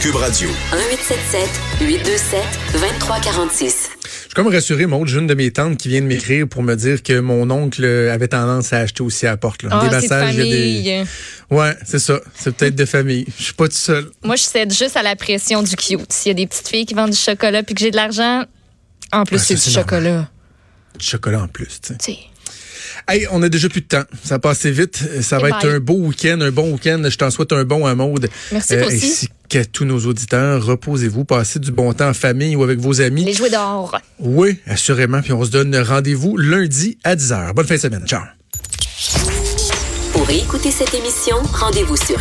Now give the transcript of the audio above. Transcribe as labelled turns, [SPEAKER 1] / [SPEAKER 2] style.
[SPEAKER 1] Cube Radio.
[SPEAKER 2] 1877 827 2346.
[SPEAKER 3] Je suis comme rassuré, Maud, j'ai une de mes tantes qui vient de m'écrire pour me dire que mon oncle euh, avait tendance à acheter aussi à la porte. Là. des
[SPEAKER 4] Ah, c'est de
[SPEAKER 3] massages, il y a
[SPEAKER 4] famille.
[SPEAKER 3] des. Ouais, c'est ça. C'est peut-être de famille. Je suis pas tout seul.
[SPEAKER 4] Moi, je cède juste à la pression du cute. S'il y a des petites filles qui vendent du chocolat puis que j'ai de l'argent, en plus,
[SPEAKER 3] Ah, ça,
[SPEAKER 4] c'est
[SPEAKER 3] c'est
[SPEAKER 4] du chocolat.
[SPEAKER 3] Du chocolat en plus, tu sais.
[SPEAKER 4] Tu sais.
[SPEAKER 3] Hey, on a déjà plus de temps. Ça a passé vite. Ça va
[SPEAKER 4] Bye
[SPEAKER 3] être
[SPEAKER 4] Eh bye.
[SPEAKER 3] un beau week-end, un bon week-end. Je t'en souhaite un bon à Maude.
[SPEAKER 4] Merci, toi aussi.
[SPEAKER 3] ainsi qu'à tous nos auditeurs. Reposez-vous, passez du bon temps en famille ou avec vos amis.
[SPEAKER 4] Les jouets d'or.
[SPEAKER 3] Oui, assurément. Puis on se donne rendez-vous lundi à 10h. Bonne fin de semaine. Ciao.
[SPEAKER 2] Pour réécouter cette émission, rendez-vous sur